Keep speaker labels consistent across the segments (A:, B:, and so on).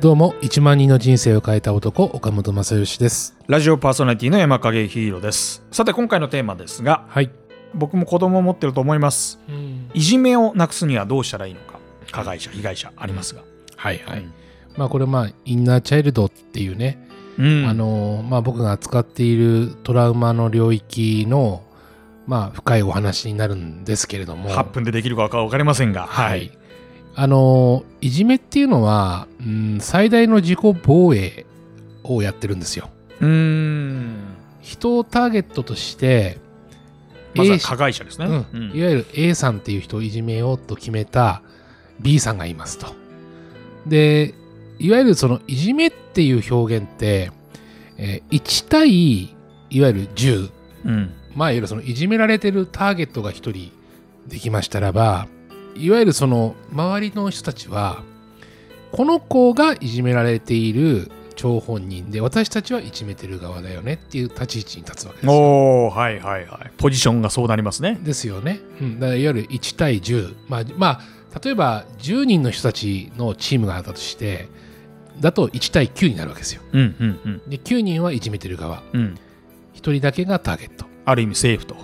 A: どうも1万人の人生を変えた男岡本正義です
B: ラジオパーソナリティの山影ヒーローです。さて今回のテーマですが、
A: はい、
B: 僕も子供を持ってると思います。
A: うん、
B: いじめをなくすにはどうしたらいいのか、加害者、被害者ありますが。
A: はいはい
B: うん
A: まあこれまあインナーチャイルドっていうね、
B: うん、
A: あのまあ僕が扱っているトラウマの領域のまあ深いお話になるんですけれども
B: 8分でできるかわかりませんが、
A: はい、。あのいじめっていうのは、うん、最大の自己防衛をやってるんですよ
B: うーん、
A: 人をターゲットとして
B: まずは
A: A 氏
B: 加害者ですね。
A: うん
B: うん
A: いわゆる A さんっていう人をいじめようと決めた B さんがいますと。でいわゆるそのいじめっていう表現って、えー1対いわゆる10
B: うん
A: まあいわゆるそのいじめられてるターゲットが1人できましたらばいわゆるその周りの人たちはこの子がいじめられている張本人で私たちはいじめてる側だよねっていう立ち位置に立つわけですよ。
B: おーはいはいはい。ポジションがそうなりますね。
A: ですよね。うん、だからいわゆる1対10、まあまあ、例えば10人の人たちのチームがあったとしてだと1対9になるわけですよ。
B: うんうんうん
A: で9人はいじめてる側
B: うん。
A: 1人だけがターゲット。
B: ある意味セーフと。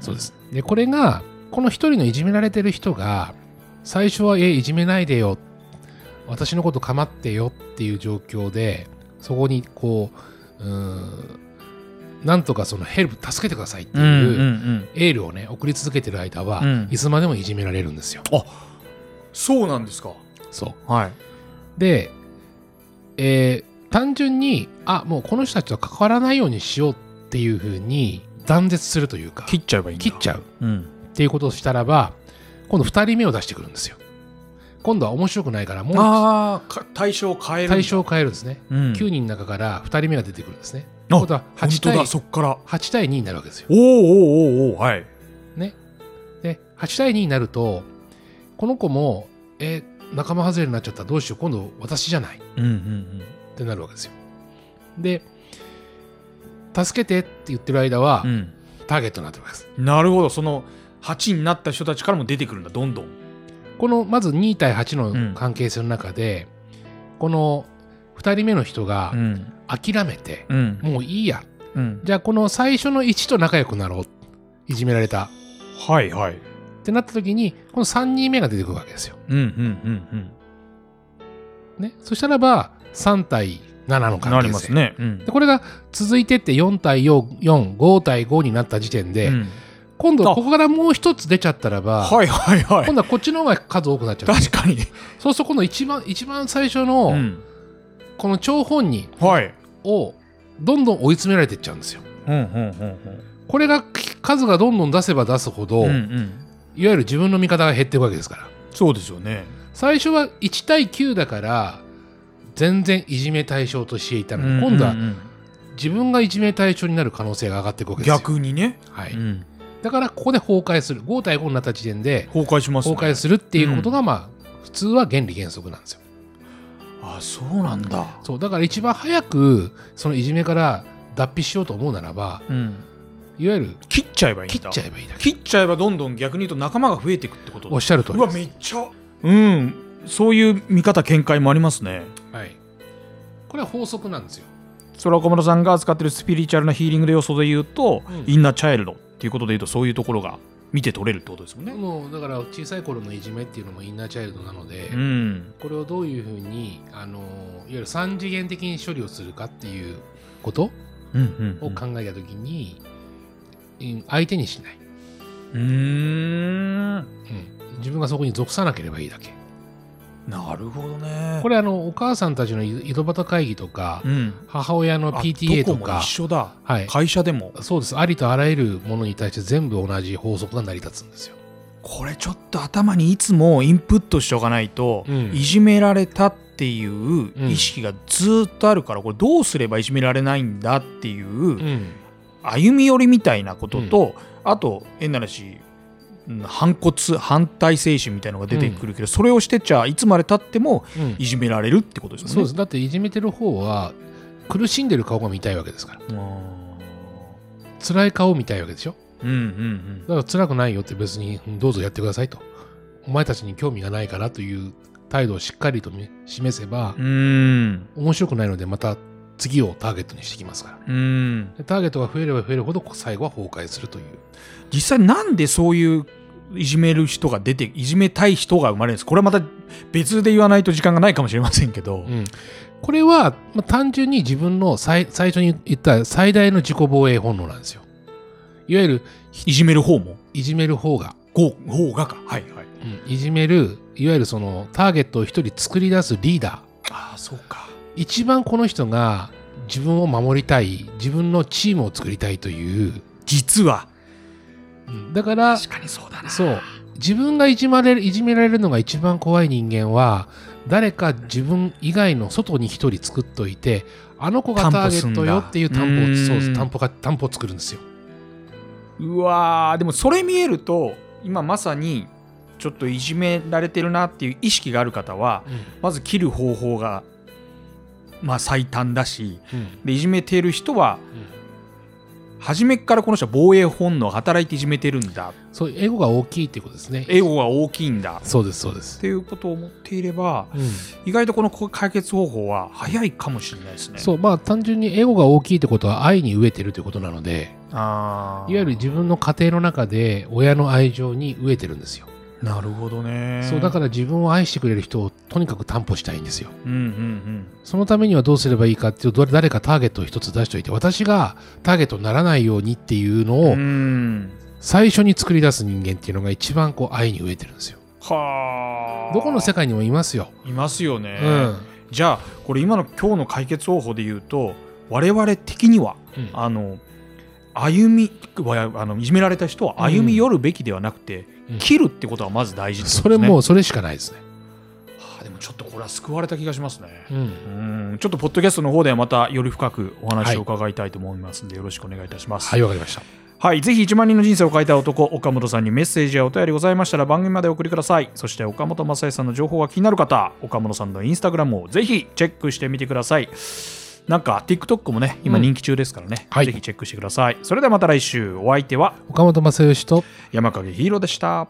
A: そうです。でこれがこの1人のいじめられてる人が最初は「えいじめないでよ私のこと構ってよ」っていう状況でそこにこううーんなんとかそのヘルプ助けてくださいって
B: うんうん。
A: いうううんエールをね送り続けてる間は、
B: うん
A: いつまでもいじめられるんですよ。
B: そうなんですか。
A: そう
B: はい。
A: で、えー単純にあもうこの人たちとは関わらないようにしようっていうふうに断絶するというか
B: 切っちゃえばいいんだ。
A: 切っちゃ
B: ゃ
A: う
B: う。うん。
A: っていうことをしたらば今度2人目を出してくるんですよ今度は面白くないからもう
B: ああ、対象を変えるんだ。
A: 対象を変えるんですね、
B: うん
A: 9人の中から2人目が出てくるんですね
B: あ
A: 今度は
B: 本
A: 8
B: 当
A: 対
B: だそっから
A: 8対2になるわけですよ
B: おーおーおーおーはい
A: で8対2になるとこの子もえ仲間外れになっちゃったどうしよう今度私じゃない
B: うんうん
A: ってなるわけですよ。で、助けてって言ってる間は、
B: うん
A: ターゲットになってるわけです。
B: うんなるほどその8になった人たちからも出てくるんだどんどん
A: この、まず2対
B: う
A: 8の
B: ん
A: 関係性の中で、この2人目の人が
B: ん
A: 諦めて、
B: うん
A: もういいや。
B: うん
A: じゃあ、この最初の1と仲良くなろう。いじめられた。
B: はいはい
A: ってなった時に、この3人目が出てくるわけですよ。
B: うんうんうん
A: ね。そしたらば、3対7の
B: う
A: 関係
B: ん
A: 性。
B: なりますねうん
A: でこれが続いてって4対4、5対5になった時点で、
B: うん
A: 今度
B: あ
A: ここからもう一つ出ちゃったらば、
B: はいはいは
A: 今度
B: い
A: はこっちの方が数多くなっちゃう
B: 確かに
A: そうすると今度一番一番最初の、
B: うん
A: この張本人
B: はい
A: をどんどん追い詰められていっちゃうんですよ
B: うんうんうん
A: これが数がどんどん出せば出すほど、
B: うんう
A: い
B: ん
A: わ
B: うん
A: ゆる自分の味方が減っていくわけですから
B: そうですよね
A: 最初は1対9だから全然いじめ対象としていたのに、
B: うん
A: 今度
B: う
A: は
B: んうん
A: 自分がいじめ対象になる可能性が上がっていくわけですよ、
B: 逆にね
A: はい
B: うん
A: だからここで崩壊する5対5になった時点で
B: 崩壊しますね
A: 崩壊するっていうことが、まあ普通は原理原則なんですよ
B: あそうなんだ
A: そうだから一番早くそのいじめから脱皮しようと思うならば
B: うん
A: いわゆる
B: 切っちゃえばいいん
A: 切
B: だ
A: っちゃえばいいだけ
B: 切っちゃえばどんどん逆に言うと仲間が増えていくってことだ
A: おっしゃる通
B: う
A: り
B: わ
A: です
B: めっちゃうんそういう見方見解もありますね
A: はい、これは法則なんですよ
B: それは岡村さんが扱ってるスピリチュアルなヒーリングの要素で言うと、
A: うん
B: インナーチャイルドっていうことで言うとそういうところが見て取れるってことですもんね
A: もうだから小さい頃のいじめっていうのもインナーチャイルドなので、
B: うん
A: これをどういうふうにあのいわゆる三次元的に処理をするかっていうこと
B: うんうんう
A: を
B: ん
A: 考えた時に、うん相手にしない、
B: うーん
A: うん、自分がそこに属さなければいいだけ
B: なるほどね
A: こ
B: れ
A: れあのお母さんたちの井戸端会議とか、
B: うん
A: 母親の
B: あ
A: PTA と
B: どこも
A: か
B: 一緒だ
A: はい、
B: 会社でも
A: そうですありとあらゆるものに対して全部同じ法則が成り立つんですよ。
B: これちょっと頭にいつもインプットしておかないと、
A: うん
B: いじめられたっていう意識がずっとあるから、これどうすればいじめられないんだっていう、
A: うん
B: 歩み寄りみたいなことと、あと変な話うん反骨反対精神みたいなのが出てくるけど、それをしてちゃいつまでたってもいじめられるってことです
A: そうで
B: よね。
A: すだっていじめてる方は苦しんでる顔が見たいわけですから
B: あー
A: 辛い顔を見たいわけでしょ
B: うんうん
A: だから辛くないよって別にうんどうぞやってくださいとお前たちに興味がないからという態度をしっかりとみ示せば
B: う、ん
A: 面白くないのでまた次をターゲットにしてきますから
B: うん
A: でターゲットが増えれば増えるほど最後は崩壊するという
B: 実際なんでそういういじめる人が出ていじめたい人が生まれるんですこれはまた別で言わないと時間がないかもしれませんけど、
A: うん、これは、まあ、単純に自分の最最初に言った最大の自己防衛本能なんですよ。いわゆる
B: いじめる方も
A: いじめる方が、
B: 方方がかはいはい
A: うんいじめるいわゆるそのターゲットを一人作り出すリーダー
B: ああそうか
A: 一番この人が自分を守りたい自分のチームを作りたいという、
B: 実は
A: うんだから
B: 確かにそうだな
A: そう自分がいじまれるいじめられるのが一番怖い人間は誰か自分以外の外に一人作っといてあの子がターゲットよっていう担保
B: 担保すんだ
A: を
B: う
A: そ
B: ん
A: う担保が担保を作るんですよ。
B: うわーでもそれ見えると今まさにちょっといじめられてるなっていう意識がある方はまず切る方法がまあ最短だしでいじめてる人は初めっからこの人は防衛本能が働いていじめてるんだ
A: そうエゴが大きいっていうことですね。
B: エゴが大きいんだ
A: そうですそうで
B: っ
A: す。
B: ていうことを思っていれば
A: うん
B: 意外とこの解決方法は早いかもしれないですね。
A: そうまあ単純にエゴが大きいってことは愛に飢えてるということなので
B: あー
A: いわゆる自分の家庭の中で親の愛情に飢えてるんですよ。
B: なるほどね。、
A: そうだからら自分を愛してくれる人をとにかく担保したいんですよ。
B: うんうん
A: そのためにはどうすればいいかっていうとど誰かターゲットを一つ出しておいて私がターゲットにならないようにっていうの
B: うん、う
A: を
B: ん
A: 最初に作り出す人間っていうのが一番こう愛に飢えてるんですよ。
B: はあ
A: どこの世界にもいますよ。
B: いますよね、
A: うん
B: じゃあこれ今の今日の解決方法で言うと我々的には
A: うん
B: あの歩みわあのいじめられた人は歩み寄るべきではなくて、
A: うん
B: 切るってことはまず大事ってこ
A: そ
B: と
A: れ
B: ですね
A: もうそれしかないですね。
B: はあでもちょっとこれは救われた気がしますね。
A: うん
B: うんちょっとポッドキャストの方ではまたより深くお話を伺いたいと思いますので、よろしくお願いいたします。
A: はいわかりました。
B: はい、ぜひ1万人の人生を変えた男、岡本さんにメッセージやお便りございましたら番組までお送りください。そして岡本正恵さんの情報が気になる方、岡本さんのインスタグラムをぜひチェックしてみてください。なんか TikTok もね、今
A: うん
B: 人気中ですからね、
A: はい
B: ぜひチェックしてください。それではまた来週、お相手は
A: 岡本正義と
B: 山影ヒーローでした。